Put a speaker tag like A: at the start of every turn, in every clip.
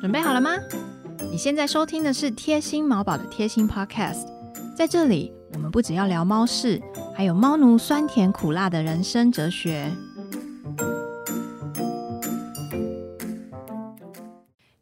A: 准备好了吗？你现在收听的是贴心毛宝的贴心 Podcast，在这里我们不只要聊猫事，还有猫奴酸甜苦辣的人生哲学。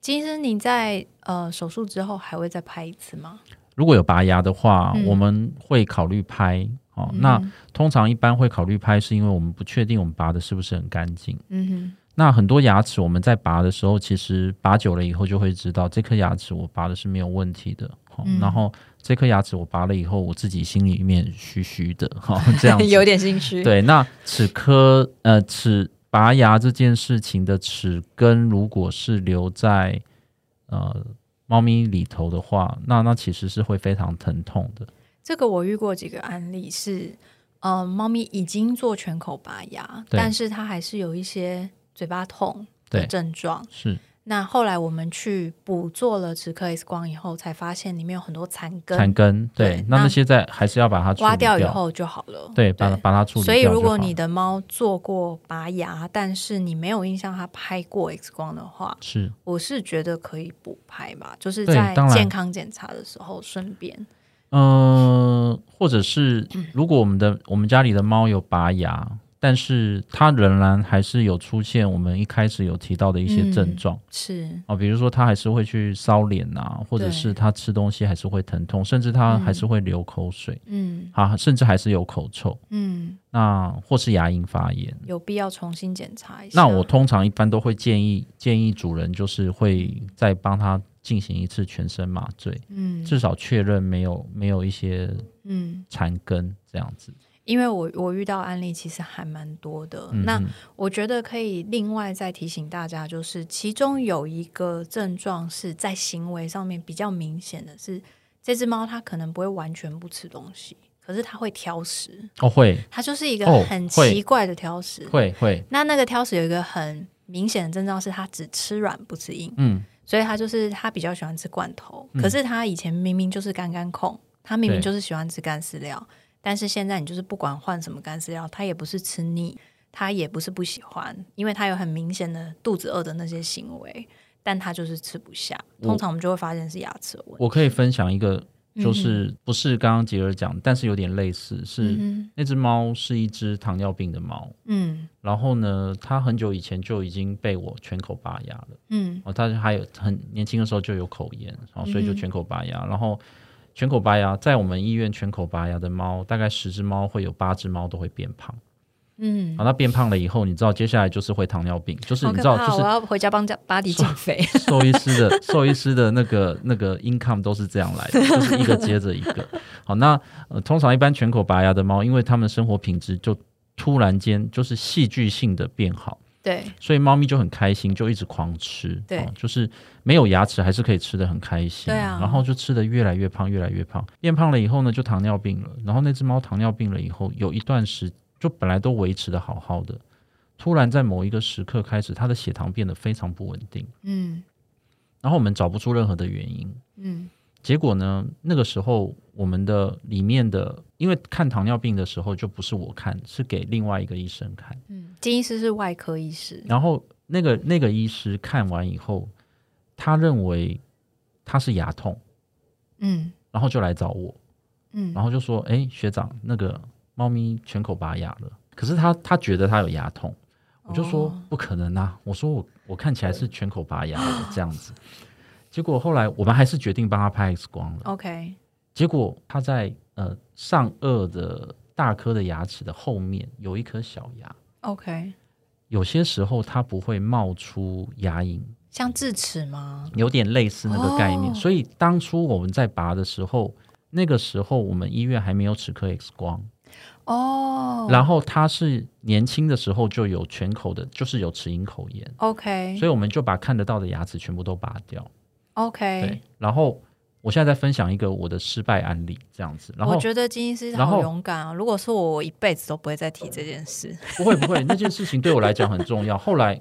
B: 其实你在呃手术之后还会再拍一次吗？
C: 如果有拔牙的话，
B: 嗯
C: 我们会考虑拍哦。那
B: 嗯
C: 通常一般会考虑拍，是因为我们不确定我们拔的是不是很干净。
B: 嗯哼，
C: 那很多牙齿我们在拔的时候，其实拔久了以后就会知道，这颗牙齿我拔的是没有问题的。哦
B: 嗯
C: 然后这颗牙齿我拔了以后，我自己心里面虚虚的， 哈、哦，这样子
B: 有点心虚。，
C: 对，那齿科呃齿拔牙这件事情的齿根如果是留在呃猫咪里头的话，那那其实是会非常疼痛的。
B: 这个我遇过几个案例是，呃，猫咪已经做全口拔牙，
C: 对
B: 但是它还是有一些嘴巴痛的
C: 对，
B: 症状。
C: 是
B: 那后来我们去补做了齿科 X 光以后，才发现里面有很多残根，
C: 残根。对，
B: 对
C: 那
B: 那
C: 那些在还是要把它处理
B: 挖掉以，后就好了。
C: 对，把它把它处理掉就
B: 所
C: 好。
B: 以，如果你的猫做过拔牙，但是你没有印象它拍过 X 光的话，
C: 是
B: 我是觉得可以补拍吧，就是
C: 对
B: 在
C: 当然
B: 健康检查的时候顺便。
C: 嗯，或 者是如果我们的我们家里的猫有拔牙，但是它仍然还是有出现我们一开始有提到的一些症
B: 嗯
C: 状。
B: 是，
C: 哦，比如说它还是会去搔脸呐，或者
B: 对
C: 是它吃东西还是会疼痛，甚至它还是会流口水，
B: 嗯
C: 啊，甚至还是有口臭，
B: 嗯，
C: 那或是牙龈发炎。
B: 有必要重新检查一下。
C: 那我通常一般都会建议建议主人就是会再帮它进行一次全身麻醉，
B: 嗯
C: 至少确认没有没有一些
B: 嗯，
C: 残根这样子。
B: 因为我我遇到案例其实还蛮多的，
C: 嗯
B: 那
C: 嗯
B: 我觉得可以另外再提醒大家，就是其中有一个症状是在行为上面比较明显的是，这只猫它可能不会完全不吃东西，可是它会挑食，
C: 哦会
B: 它就是一个
C: 哦
B: 很
C: 会
B: 奇怪的挑食。
C: 会会，
B: 那那个挑食有一个很明显的症状是，它只吃软不吃硬，
C: 嗯，
B: 所以它就是它比较喜欢吃罐头，
C: 嗯
B: 可是它以前明明就是干干控，它明明
C: 对
B: 就是喜欢吃干饲料，但是现在你就是不管换什么干饲料，它也不是吃腻，它也不是不喜欢，因为它有很明显的肚子饿的那些行为，但它就是吃不下。
C: 我
B: 通常我们就会发现是牙齿的问题。
C: 我可以分享一个，就
B: 嗯
C: 是不是刚刚杰儿讲，但是有点类似，是
B: 嗯
C: 那只猫是一只糖尿病的猫。
B: 哼嗯
C: 然后呢，它很久以前就已经被我全口拔牙了。
B: 嗯
C: 哦，它还有很年轻的时候就有口炎，然后所以
B: 嗯
C: 就
B: 哼
C: 全口拔牙。然后全口拔牙，在我们医院全口拔牙的猫，大概十只猫会有八只猫都会变胖。
B: 嗯嗯
C: 好，，那变胖了以后，你知道接下来就是会糖尿病，就是
B: 好
C: 你
B: 可
C: 知道
B: 怕！哦
C: 就
B: 我
C: 是。
B: 要回家帮家巴迪减 肥。
C: 兽医师的兽医师的那个那个 income 都是这样 来的，就是一个接着一个。好，那呃，通常一般全口拔牙的猫，因为它们生活品质就突然间就是戏剧性的变好，
B: 对，
C: 所以猫咪就很开心，就一直狂吃。
B: 对
C: 哦就是没有牙齿还是可以吃的很开心。
B: 对啊
C: 然后就吃的越来越胖，越来越胖，变胖了以后呢，就糖尿病了。然后那只猫糖尿病了以后，有一段时就本来都维持的好好的，突然在某一个时刻开始，它的血糖变得非常不稳定。
B: 嗯
C: 然后我们找不出任何的原因。
B: 嗯
C: 结果呢，那个时候我们的里面的，因为看糖尿病的时候就不是我看，是给另外一个医生看。
B: 嗯，金医师是外科医师。
C: 然后那个那个医师看完以后，他认为他是牙痛，
B: 嗯
C: 然后就来找我，
B: 嗯
C: 然后就说：“哎，学长，那个猫咪全口拔牙了，可是他他觉得他有牙痛。”我就说
B: 哦
C: 不可能啊！我说我我看起来是全口拔牙的这样子，结果后来我们还是决定帮他拍 X 光了。
B: ，OK，
C: 结果他在呃上颚的大颗的牙齿的后面有一颗小牙，
B: OK，
C: 有些时候它不会冒出牙龈，
B: 像智齿吗？
C: 有点类似那个概念。
B: 哦
C: 所以当初我们在拔的时候，那个时候我们医院还没有齿科 X 光，
B: 哦，
C: 然后他是年轻的时候就有全口的，就是有齿龈口炎，
B: OK
C: 所以我们就把看得到的牙齿全部都拔掉。对
B: OK，，
C: 然后我现在在分享一个我的失败案例，这样子。然后
B: 我觉得金医师
C: 然
B: 好
C: 后
B: 勇敢啊！如果是我，我一辈子都不会再提这件事。
C: 不会不会，那件事情对我来讲很重 要。后来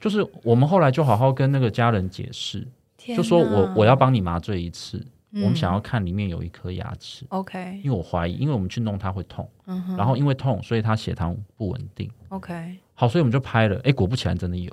C: 就是我们后来就好好跟那个家人解释，
B: 天
C: 就说我
B: 哪
C: 我要帮你麻醉一次，
B: 嗯
C: 我们想要看里面有一颗牙齿，
B: OK，
C: 因为我怀疑，因为我们去弄它会痛，
B: 嗯哼，
C: 然后因为痛，所以它血糖不稳定。
B: OK，
C: 好，所以我们就拍了，哎，果不其然真的有。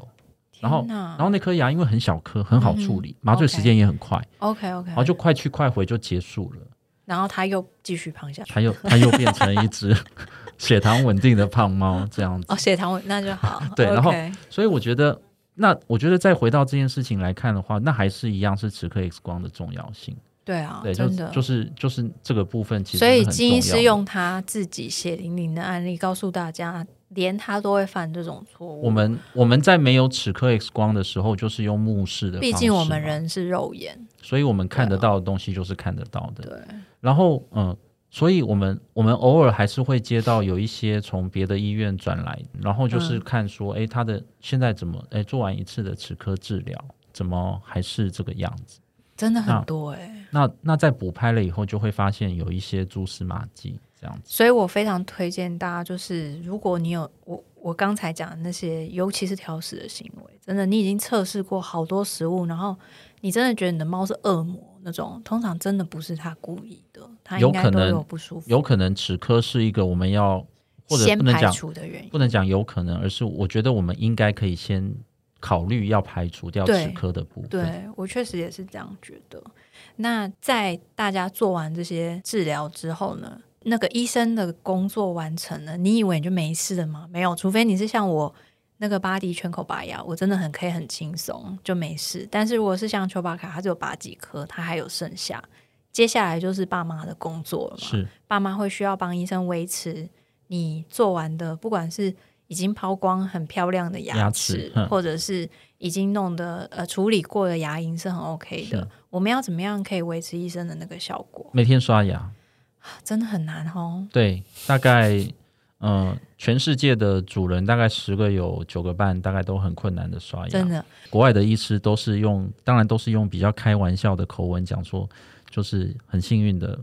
C: 然后
B: 天哪
C: 然后那颗牙因为很小颗，很好处理，麻醉时间也很快，
B: 嗯 OK OK，
C: 然后就快去快回就结束了。
B: 然后他又继续胖下去。
C: 它又它又变成一只 血糖稳定的胖猫这样 子
B: 哦，。血糖稳那就好
C: 。对然后
B: OK
C: 所以我觉得，那我觉得再回到这件事情来看的话，那还是一样是齿科 X 光的重要性。
B: 对啊，
C: 对，就
B: 真的。
C: 就是就是这个部分其实
B: 所以
C: 是很
B: 金医
C: 重要
B: 师
C: 的
B: 用他自己血淋淋的案例告诉大家，连他都会犯这种错误。
C: 我们我们在没有齿科 X 光的时候，就是用目视的方式
B: 毕
C: 嘛，
B: 竟我们人是肉眼，
C: 所以我们看得到的东西就是看得到的。
B: 啊对
C: 然后，嗯，所以我们我们偶尔还是会接到有一些从别的医院转来，然后就是
B: 嗯
C: 看说，诶，他的现在怎么，诶，做完一次的齿科治疗，怎么还是这个样子？
B: 真的
C: 那
B: 很多哎、
C: 那那在补拍了以后，就会发现有一些蛛丝马迹这样子。
B: 所以我非常推荐大家，就是如果你有我我刚才讲的那些，尤其是挑食的行为，真的你已经测试过好多食物，然后你真的觉得你的猫是恶魔那种，通常真的不是它故意的，它应
C: 有
B: 该
C: 可
B: 都
C: 能
B: 有不舒服，
C: 有可能齿科是一个我们要，或者
B: 先
C: 不能
B: 排
C: 讲
B: 除的原因。
C: 不能讲有可能，而是我觉得我们应该可以先考虑要排除掉
B: 对
C: 齿科的部分。
B: 对我确实也是这样觉得。那在大家做完这些治疗之后呢，那个医生的工作完成了，你以为你就没事了吗？没有，除非你是像我那个巴迪全口拔牙，我真的很可以很轻松就没事。但是如果是像丘巴卡，他只有拔几颗，他还有剩下，接下来就是爸妈的工作了嘛。
C: 是
B: 爸妈会需要帮医生维持你做完的，不管是已经抛光很漂亮的牙
C: 牙
B: 齿
C: 齿，嗯
B: 或者是已经弄的呃处理过的牙龈是很 OK 的
C: 是。
B: 我们要怎么样可以维持医生的那个效果？
C: 每天刷牙，
B: 真的很难哦。
C: 对，大概嗯、呃全世界的主人大概十个有九个半，大概都很困难的刷牙。
B: 真的，
C: 国外的医师都是用，当然都是用比较开玩笑的口吻讲说，就是很幸运的，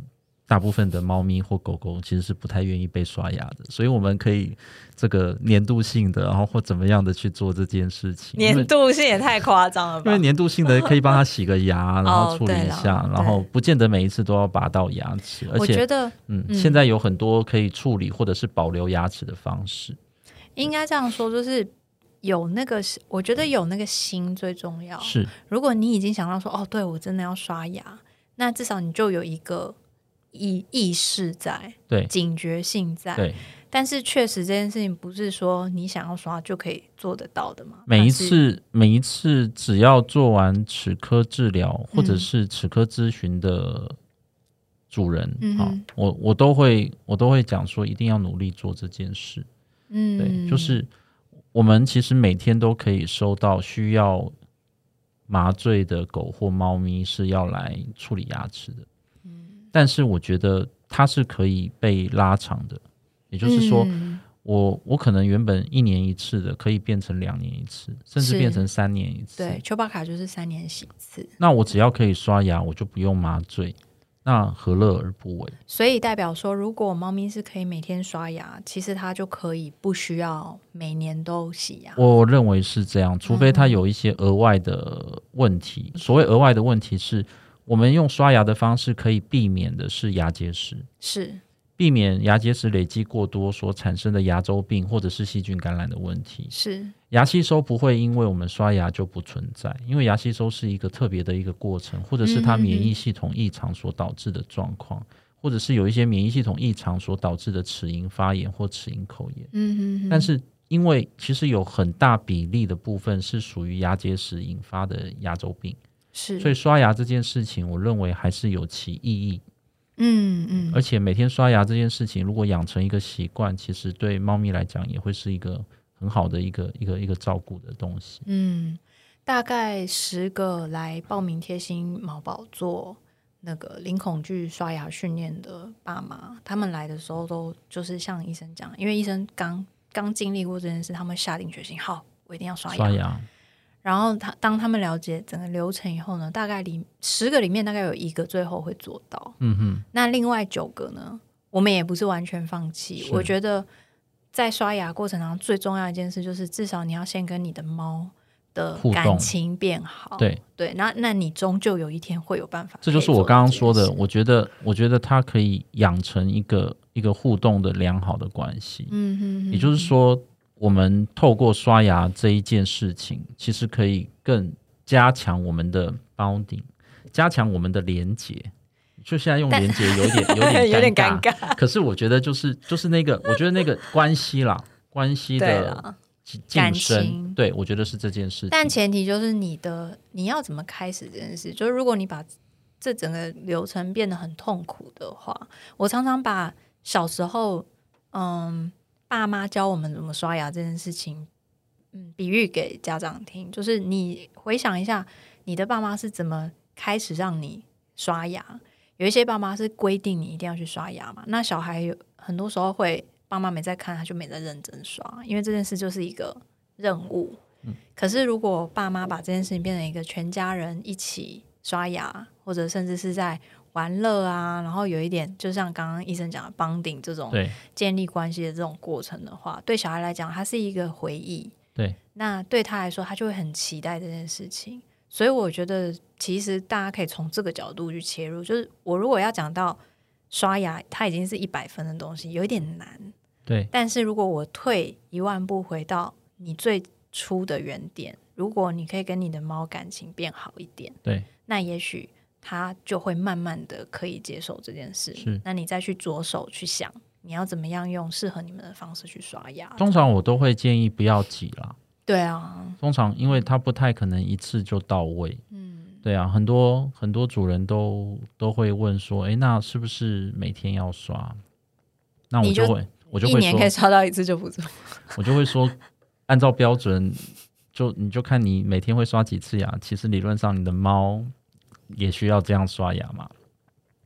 C: 大部分的猫咪或狗狗其实是不太愿意被刷牙的，所以我们可以这个年度性的，然后或怎么样的去做这件事情。因为
B: 年度性啊也太夸张了
C: 因为
B: 吧？
C: 年度性的可以帮它洗个牙，然后
B: 哦
C: 处理
B: 对
C: 一
B: 啦
C: 下，然后
B: 对
C: 不见得每一次都要拔到牙齿，而
B: 我
C: 且
B: 觉得
C: 嗯，
B: 嗯
C: 现在有很多可以处理或者是保留牙齿的方式。
B: 应该这样说，就是有那个，我觉得有那个心最重要。
C: 是，
B: 如果你已经想到说，哦，对我真的要刷牙，那至少你就有一个意意识在，
C: 对
B: 警觉性在。
C: 对，
B: 但是确实这件事情不是说你想要刷就可以做得到的嘛。
C: 每一
B: 它是
C: 次每一次只要做完齿科治疗或
B: 嗯
C: 者是齿科咨询的主人
B: 嗯
C: 啊、
B: 哼
C: 我我都会我都会讲说一定要努力做这件事。
B: 嗯，
C: 对，就是我们其实每天都可以收到需要麻醉的狗或猫咪是要来处理牙齿的，但是我觉得它是可以被拉长的，也就是说，
B: 嗯
C: 我我可能原本一年一次的，可以变成两年一次，甚至
B: 是
C: 变成三年一次。
B: 对，丘巴卡就是三年洗一次，
C: 那我只要可以刷牙，我就不用麻醉，那何乐而不为？
B: 所以代表说，如果猫咪是可以每天刷牙，其实它就可以不需要每年都洗牙。
C: 我认为是这样，除
B: 嗯
C: 非它有一些额外的问题。所谓额外的问题是，我们用刷牙的方式可以避免的是牙结石，
B: 是，
C: 避免牙结石累积过多所产生的牙周病或者是细菌感染的问题。
B: 是，
C: 牙吸收不会因为我们刷牙就不存在，因为牙吸收是一个特别的一个过程，或者是它
B: 嗯嗯嗯
C: 免疫系统异常所导致的状况，或者是有一些免疫系统异常所导致的齿龈发炎或齿龈口炎。
B: 嗯哼哼
C: 但是因为其实有很大比例的部分是属于牙结石引发的牙周病，
B: 是，
C: 所以刷牙这件事情，我认为还是有其意义。
B: 嗯嗯，
C: 而且每天刷牙这件事情，如果养成一个习惯，其实对猫咪来讲也会是一个很好的一个一个一个照顾的东西。
B: 嗯，大概十个来报名贴心毛宝做那个零恐惧刷牙训练的爸妈，他们来的时候都就是像医生讲，因为医生刚刚经历过这件事，他们下定决心，好，我一定要刷牙。
C: 刷牙，
B: 然后他当他们了解整个流程以后呢，大概里十个里面大概有一个最后会做到，
C: 嗯哼，
B: 那另外九个呢，我们也不是完全放弃。
C: 是
B: 我觉得在刷牙过程当中，最重要的一件事就是，至少你要先跟你的猫的
C: 互动
B: 感情变好。
C: 对，
B: 对，那那你终究有一天会有办法。
C: 这就是我刚刚说的。
B: 哦可以做
C: 我觉得，我觉得它可以养成一个一个互动的良好的关系。
B: 这件事嗯哼哼，
C: 也就是说，我们透过刷牙这一件事情，其实可以更加强我们的 bonding，加强我们的连结。就现在用连结有点有点
B: 有点尴
C: 尴尬，
B: 尬，
C: 可是我觉得就是就是那个，我觉得那个关系啦， 关系
B: 对
C: 的
B: 了。
C: 晋
B: 感
C: 晋升，
B: 情
C: 对我觉得是这件事情。
B: 但前提就是你的你要怎么开始这件事，就是如果你把这整个流程变得很痛苦的话，我常常把小时候嗯爸妈教我们怎么刷牙这件事情，嗯，比喻给家长听，就是你回想一下你的爸妈是怎么开始让你刷牙，有一些爸妈是规定你一定要去刷牙嘛，那小孩有很多时候会爸妈没在看，他就没在认真刷，因为这件事就是一个任务。可是如果爸妈把这件事情变成一个全家人一起刷牙，或者甚至是在玩乐啊，然后有一点就像刚刚医生讲的 bonding 这种
C: 对
B: 建立关系的这种过程的话，对小孩来讲，它是一个回忆。
C: 对，
B: 那对他来说，他就会很期待这件事情。所以我觉得，其实大家可以从这个角度去切入。就是我如果要讲到刷牙，它已经是一百分的东西，有一点难。
C: 对
B: 但是如果我退一万步，回到你最初的原点，如果你可以跟你的猫感情变好一点，
C: 对
B: 那也许它就会慢慢的可以接受这件事
C: 是。
B: 那你再去着手去想，你要怎么样用适合你们的方式去刷牙。
C: 通常我都会建议不要急啦。
B: 对啊，
C: 通常因为它不太可能一次就到位。
B: 嗯，
C: 对啊，很多很多主人都都会问说，诶，那是不是每天要刷？那我
B: 你
C: 就
B: 就
C: 会我就
B: 一
C: 会
B: 年可以
C: 说，
B: 刷到一次就不错。
C: 我就会说，按照标准，就你就看你每天会刷几次牙。其实理论上你的猫也需要这样刷牙嘛。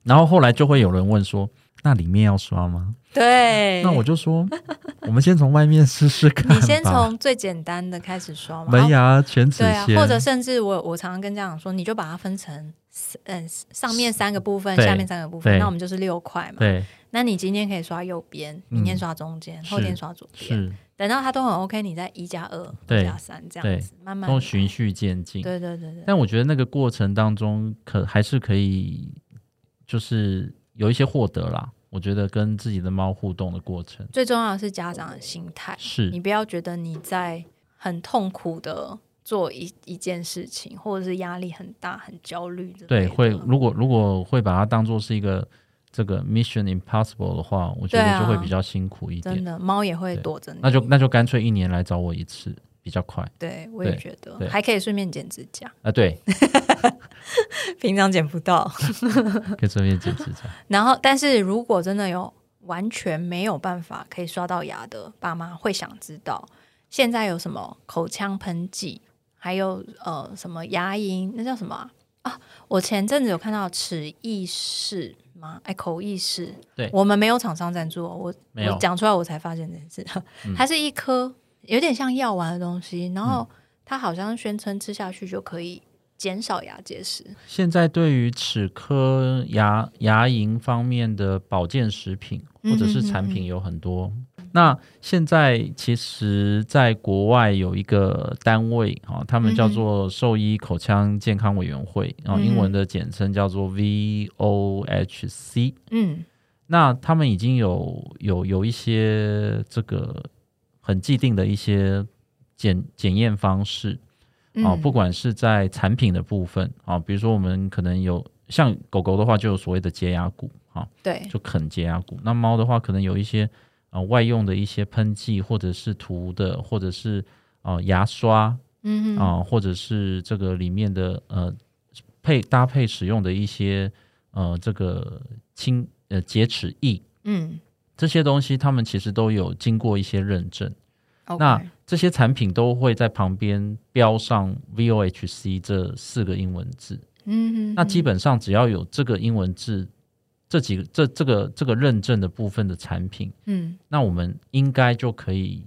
C: 然后后来就会有人问说，那里面要刷吗？
B: 对，
C: 那我就说， 我们先从外面试试看 吧。
B: 你先从最简单的开始刷嘛。
C: 门牙、犬齿
B: 对啊，
C: 先，
B: 或者甚至我我常常跟家长说，你就把它分成嗯上面三个部分，
C: 对
B: 下面三个部分，
C: 对
B: 那我们就是六块嘛。
C: 对嗯
B: 那你今天可以刷右边，明天刷中间，后天刷左边，
C: 是
B: 等到它都很 OK，你再一加二、
C: 对
B: 一加三这样子，慢慢
C: 都
B: 来
C: 循。序渐进。
B: 对对对对，
C: 但我觉得那个过程当中可，还是可以，就是有一些获得啦。我觉得跟自己的猫互动的过程
B: 最重要的是家长的心态，
C: 是
B: 你不要觉得你在很痛苦的做一一件事情，或者是压力很大、很焦虑之类的。
C: 对，会如果如果会把它当做是一个这个 mission impossible 的话，我觉
B: 对
C: 得
B: 啊
C: 就会比较辛苦一点。
B: 真的猫也会
C: 对
B: 躲着你，
C: 那就那就干脆一年来找我一次，比较快啊、
B: 对，我也
C: 对
B: 觉得
C: 对
B: 还可以顺便剪指甲，
C: 对，
B: 平常剪不到。
C: 可以顺便剪指甲。
B: 然后，但是如果真的有完全没有办法可以刷到牙的爸妈，会想知道现在有什么口腔喷剂，还有呃什么牙龈，那叫什么啊？啊我前阵子有看到齿意识吗？哎，口意识，
C: 对
B: 我们没有厂商赞助哦，我
C: 没有嗯
B: 我讲出来我才发现这件事，它是一颗有点像药丸的东西，然
C: 嗯
B: 后它好像宣称吃下去就可以减少牙结石。
C: 现在对于齿科牙牙龈方面的保健食品
B: 嗯
C: 或者是产品有很多。那现在其实，在国外有一个单位哈、哦他们叫做兽医口腔健康委员会，然后、
B: 嗯嗯哼
C: 英文的简称叫做 VOHC。
B: 嗯，
C: 那他们已经有有有一些这个很既定的一些检检验方式，啊，
B: 嗯
C: 不管是在产品的部分啊，比如说我们可能有像狗狗的话，就有所谓的洁牙骨啊，
B: 对，
C: 就啃洁牙骨。那猫的话，可能有一些啊、呃外用的一些喷剂，或者是涂的，或者是啊、呃牙刷啊、
B: 嗯哼，
C: 或者是这个里面的呃配搭配使用的一些呃这个清呃洁齿液
B: 嗯。
C: 这些东西，它们其实都有经过一些认证。那
B: OK，
C: 这些产品都会在旁边标上 VOHC 这四个英文字。
B: 嗯，
C: 那基本上只要有这个英文字，这几个这这个这个认证的部分的产品，
B: 嗯
C: 那我们应该就可以，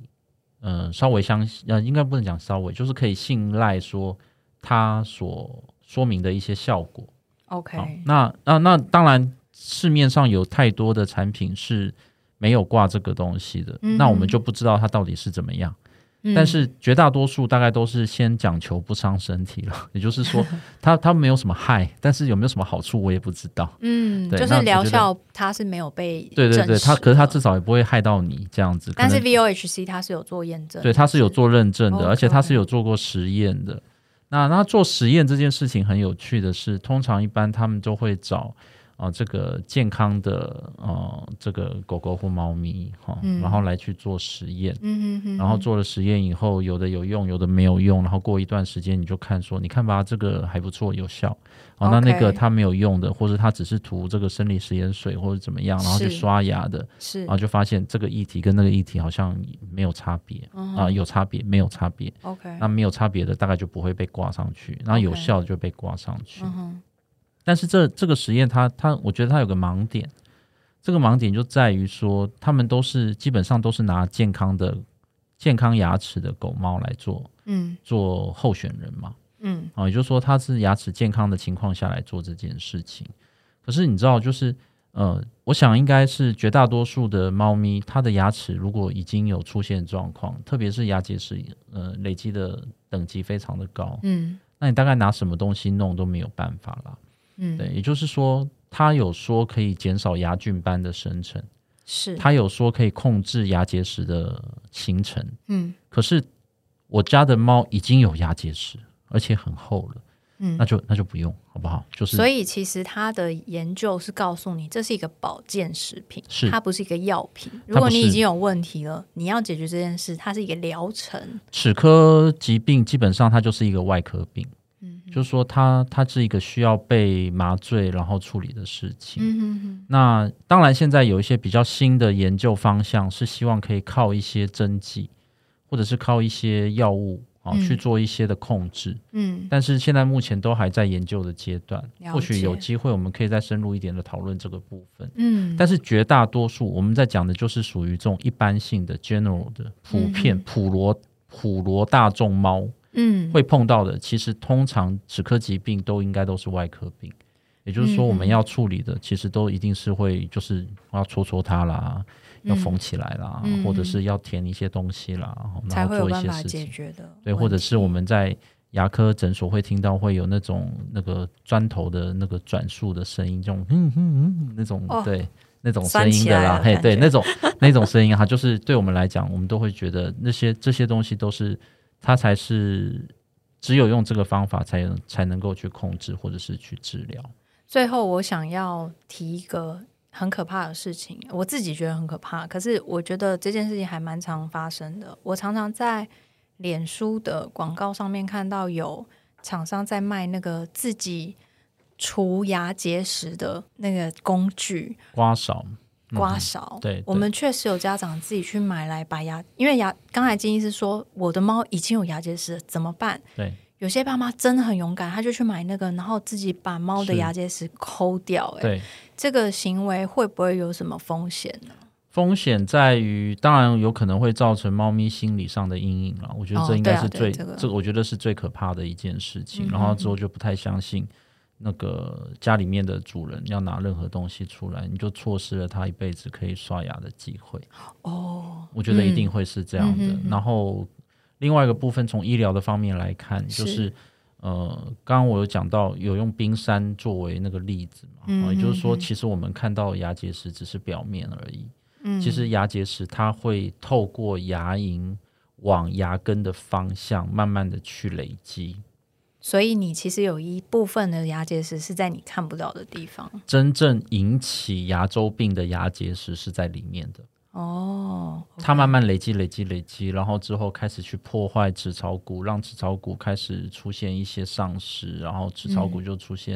C: 呃，稍微相信，呃，应该不能讲稍微，就是可以信赖说它所说明的一些效果。好
B: ，OK，，
C: 那那那当然，市面上有太多的产品是没有挂这个东西的，
B: 嗯
C: 那我们就不知道它到底是怎么样。
B: 嗯
C: 但是绝大多数大概都是先讲求不伤身体了， 也就 是说，它它没有什么害，但是有没有什么好处我也不知道。
B: 嗯，
C: 对
B: 就
C: 那
B: 是
C: 我觉
B: 疗
C: 得
B: 效它是没有被
C: 对对
B: 证
C: 对，
B: 实
C: 它可是它
B: 的
C: 至少也不会害到你这样子。
B: 哦
C: 可
B: 但是
C: 能
B: VOHC 它是有做验证的，
C: 对，它是有做认证的，
B: 哦
C: 而且
B: OK，OK
C: 它是有做过实验的。那那做实验这件事情很有趣的是，通常一般他们都会找啊、呃这个健康的呃这个狗狗或猫咪哈，
B: 嗯
C: 然后来去做实验。
B: 嗯哼哼，
C: 然后做了实验以后，有的有用，有的没有用。然后过一段时间，你就看说，你看吧，这个还不错，有效。哦，那那
B: OK
C: 个它没有用的，或者它只是涂这个生理食盐水或者怎么样，然后去
B: 是
C: 刷牙的，
B: 是
C: 然后就发现这个议题跟那个议题好像没有差别
B: 嗯
C: 啊、有差别没有差别。
B: OK，
C: 那没有差别的大概就不会被挂上去，然后有
B: OK
C: 效的就被挂上去。
B: 嗯哼，
C: 但是这这个实验它它，我觉得它有个盲点，这个盲点就在于说，他们都是基本上都是拿健康的健康牙齿的狗猫来做
B: 嗯
C: 做候选人嘛，
B: 嗯
C: 啊，也就是说它是牙齿健康的情况下来做这件事情。可是你知道，就是呃，我想应该是绝大多数的猫咪，它的牙齿如果已经有出现状况，特别是牙结石呃累积的等级非常的高，
B: 嗯
C: 那你大概拿什么东西弄都没有办法啦。
B: 嗯，
C: 对，也就是说，它有说可以减少牙菌斑的生成，
B: 是，
C: 它有说可以控制牙结石的形成，
B: 嗯
C: 可是我家的猫已经有牙结石，而且很厚了，
B: 嗯
C: 那，就那就不用好不好？就是
B: 所以其实它的研究是告诉你，这是一个保健食品，
C: 是
B: 它不是一个药品。
C: 是
B: 如果你已经有问题了，你要解决这件事，它是一个疗程。
C: 齿科疾病基本上它就是一个外科病，
B: 嗯
C: 就是说它它是一个需要被麻醉然后处理的事情。
B: 嗯哼哼，
C: 那当然，现在有一些比较新的研究方向是希望可以靠一些针剂，或者是靠一些药物啊、
B: 嗯
C: 去做一些的控制，
B: 嗯，
C: 但是现在目前都还在研究的阶段
B: 了解，
C: 或许有机会我们可以再深入一点的讨论这个部分。
B: 嗯，
C: 但是绝大多数我们在讲的就是属于这种一般性的 general 的普遍
B: 嗯
C: 普罗普罗大众猫
B: 嗯
C: 会碰到的，其实通常齿科疾病都应该都是外科病，也就是说
B: 嗯嗯
C: 我们要处理的，其实都一定是会就是要戳戳它啦，要
B: 嗯
C: 缝起来啦，
B: 嗯嗯
C: 或者是要填一些东西啦，
B: 才
C: 然
B: 会有
C: 后做一
B: 办
C: 些
B: 法
C: 事
B: 解
C: 情。
B: 决的。
C: 对，或者是我们在牙科诊所会听到会有那种那个砖头的那个转速的声音，这种嗯嗯嗯那种、
B: 哦
C: 对那种
B: 酸
C: 声音
B: 起
C: 的
B: 来
C: 啦
B: 了，
C: 嘿，
B: 感
C: 对
B: 觉
C: 那种那种声音哈，啊就是对我们来讲，我们都会觉得那些这些东西都是它才是只有用这个方法才能才能够去控制或者是去治疗。
B: 最后，我想要提一个很可怕的事情，我自己觉得很可怕，可是我觉得这件事情还蛮常发生的。我常常在脸书的广告上面看到有厂商在卖那个自己除牙结石的那个工具
C: 刮勺，
B: ——刮勺。
C: 嗯对对
B: 我们确实有家长自己去买来把牙，因为牙刚才金医师说我的猫已经有牙结石了，怎么办？
C: 对
B: 有些爸妈真的很勇敢，他就去买那个，然后自己把猫的
C: 是
B: 牙结石抠掉、欸。
C: 对。
B: 这个行为会不会有什么风险呢？
C: 风险在于，当然有可能会造成猫咪心理上的阴影了。我觉得
B: 哦
C: 这应该是
B: 对
C: 最、
B: 啊对这个
C: 我觉得是最可怕的一件事情。
B: 嗯
C: 然后之后就不太相信那个家里面的主人要拿任何东西出来，你就错失了他一辈子可以刷牙的机会。
B: 哦，
C: 我觉得一定会是这样的。
B: 嗯嗯哼哼
C: 然后另外一个部分，从医疗的方面来看，
B: 是
C: 就是呃，刚刚我有讲到有用冰山作为那个例子嘛，
B: 嗯
C: 啊也就是说，
B: 嗯嗯
C: 其实我们看到的牙结石只是表面而已。
B: 嗯
C: 其实牙结石它会透过牙龈往牙根的方向慢慢的去累积，
B: 所以你其实有一部分的牙结石是在你看不到的地方。
C: 真正引起牙周病的牙结石是在里面的。
B: 哦，
C: 它慢慢累积、累积、累积，然后之后开始去破坏齿槽骨，让齿槽骨开始出现一些丧失，然后齿槽骨就出现，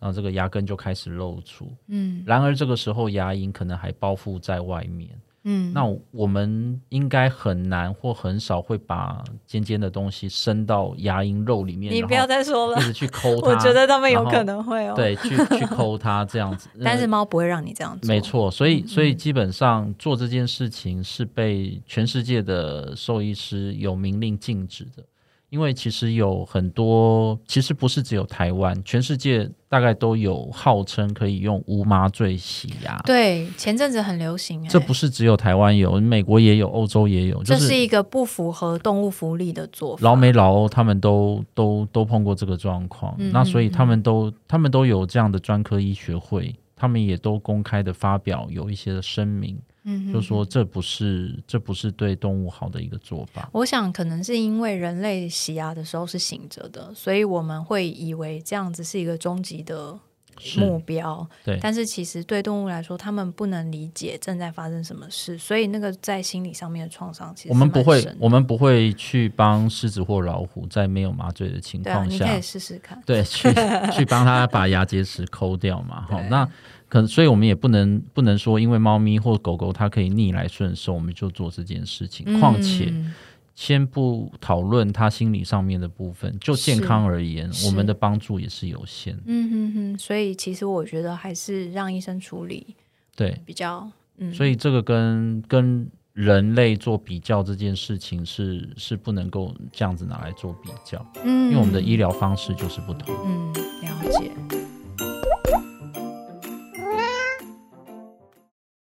C: 然后这个牙根就开始露出。
B: 嗯
C: 然而这个时候牙龈可能还包覆在外面，
B: 嗯，
C: 那我们应该很难或很少会把尖尖的东西伸到牙龈肉里面，
B: 你不要再说了
C: 然后一，直去抠它。
B: 我觉得他们有
C: 然后
B: 可能会哦。，
C: 对，去去抠它这样 子。
B: 但是嗯
C: 呃
B: 猫不会让你这样做。
C: 没，错，所以所以基本上做这件事情是被全世界的兽医师有明令禁止的，因为其实有很多，其实不是只有台湾，全世界大概都有号称可以用无麻醉洗牙。
B: 对，前阵子很流行、欸，
C: 这不是只有台湾有，美国也有，欧洲也有，就
B: 这是
C: 是
B: 一个不符合动物福利的做法。
C: 老美老欧他们都都都碰过这个状况，
B: 嗯
C: 那所以
B: 嗯
C: 他们都他们都有这样的专科医学会，他们也都公开的发表有一些的声明，
B: 嗯哼，
C: 就说这不是这不是对动物好的一个做法。
B: 我想可能是因为人类洗牙的时候是醒着的，所以我们会以为这样子是一个终极的
C: 是
B: 目标。
C: 对
B: 但是其实对动物来说，他们不能理解正在发生什么事，所以那个在心理上面的创伤其实
C: 我们不
B: 蛮
C: 会
B: 深，的
C: 我们不会去帮狮子或老虎在没有麻醉的情
B: 对啊，
C: 况
B: 你
C: 下，
B: 可以试试看。
C: 对，去去帮它把牙结石抠掉嘛。好，
B: 对
C: 那可能，所以我们也不能不能说，因为猫咪或狗狗它可以逆来顺受，我们就做这件事情。况且，
B: 嗯
C: 先不讨论它心理上面的部分，就是健康而言，
B: 是
C: 我们的帮助也是有限。
B: 嗯哼哼，所以其实我觉得还是让医生处理
C: 对，
B: 比较，嗯，
C: 所以这个跟跟人类做比较这件事情是是不能够这样子拿来做比较，
B: 嗯，
C: 因为我们的医
B: 疗，
C: 疗方式就是不同。
B: 嗯，了解。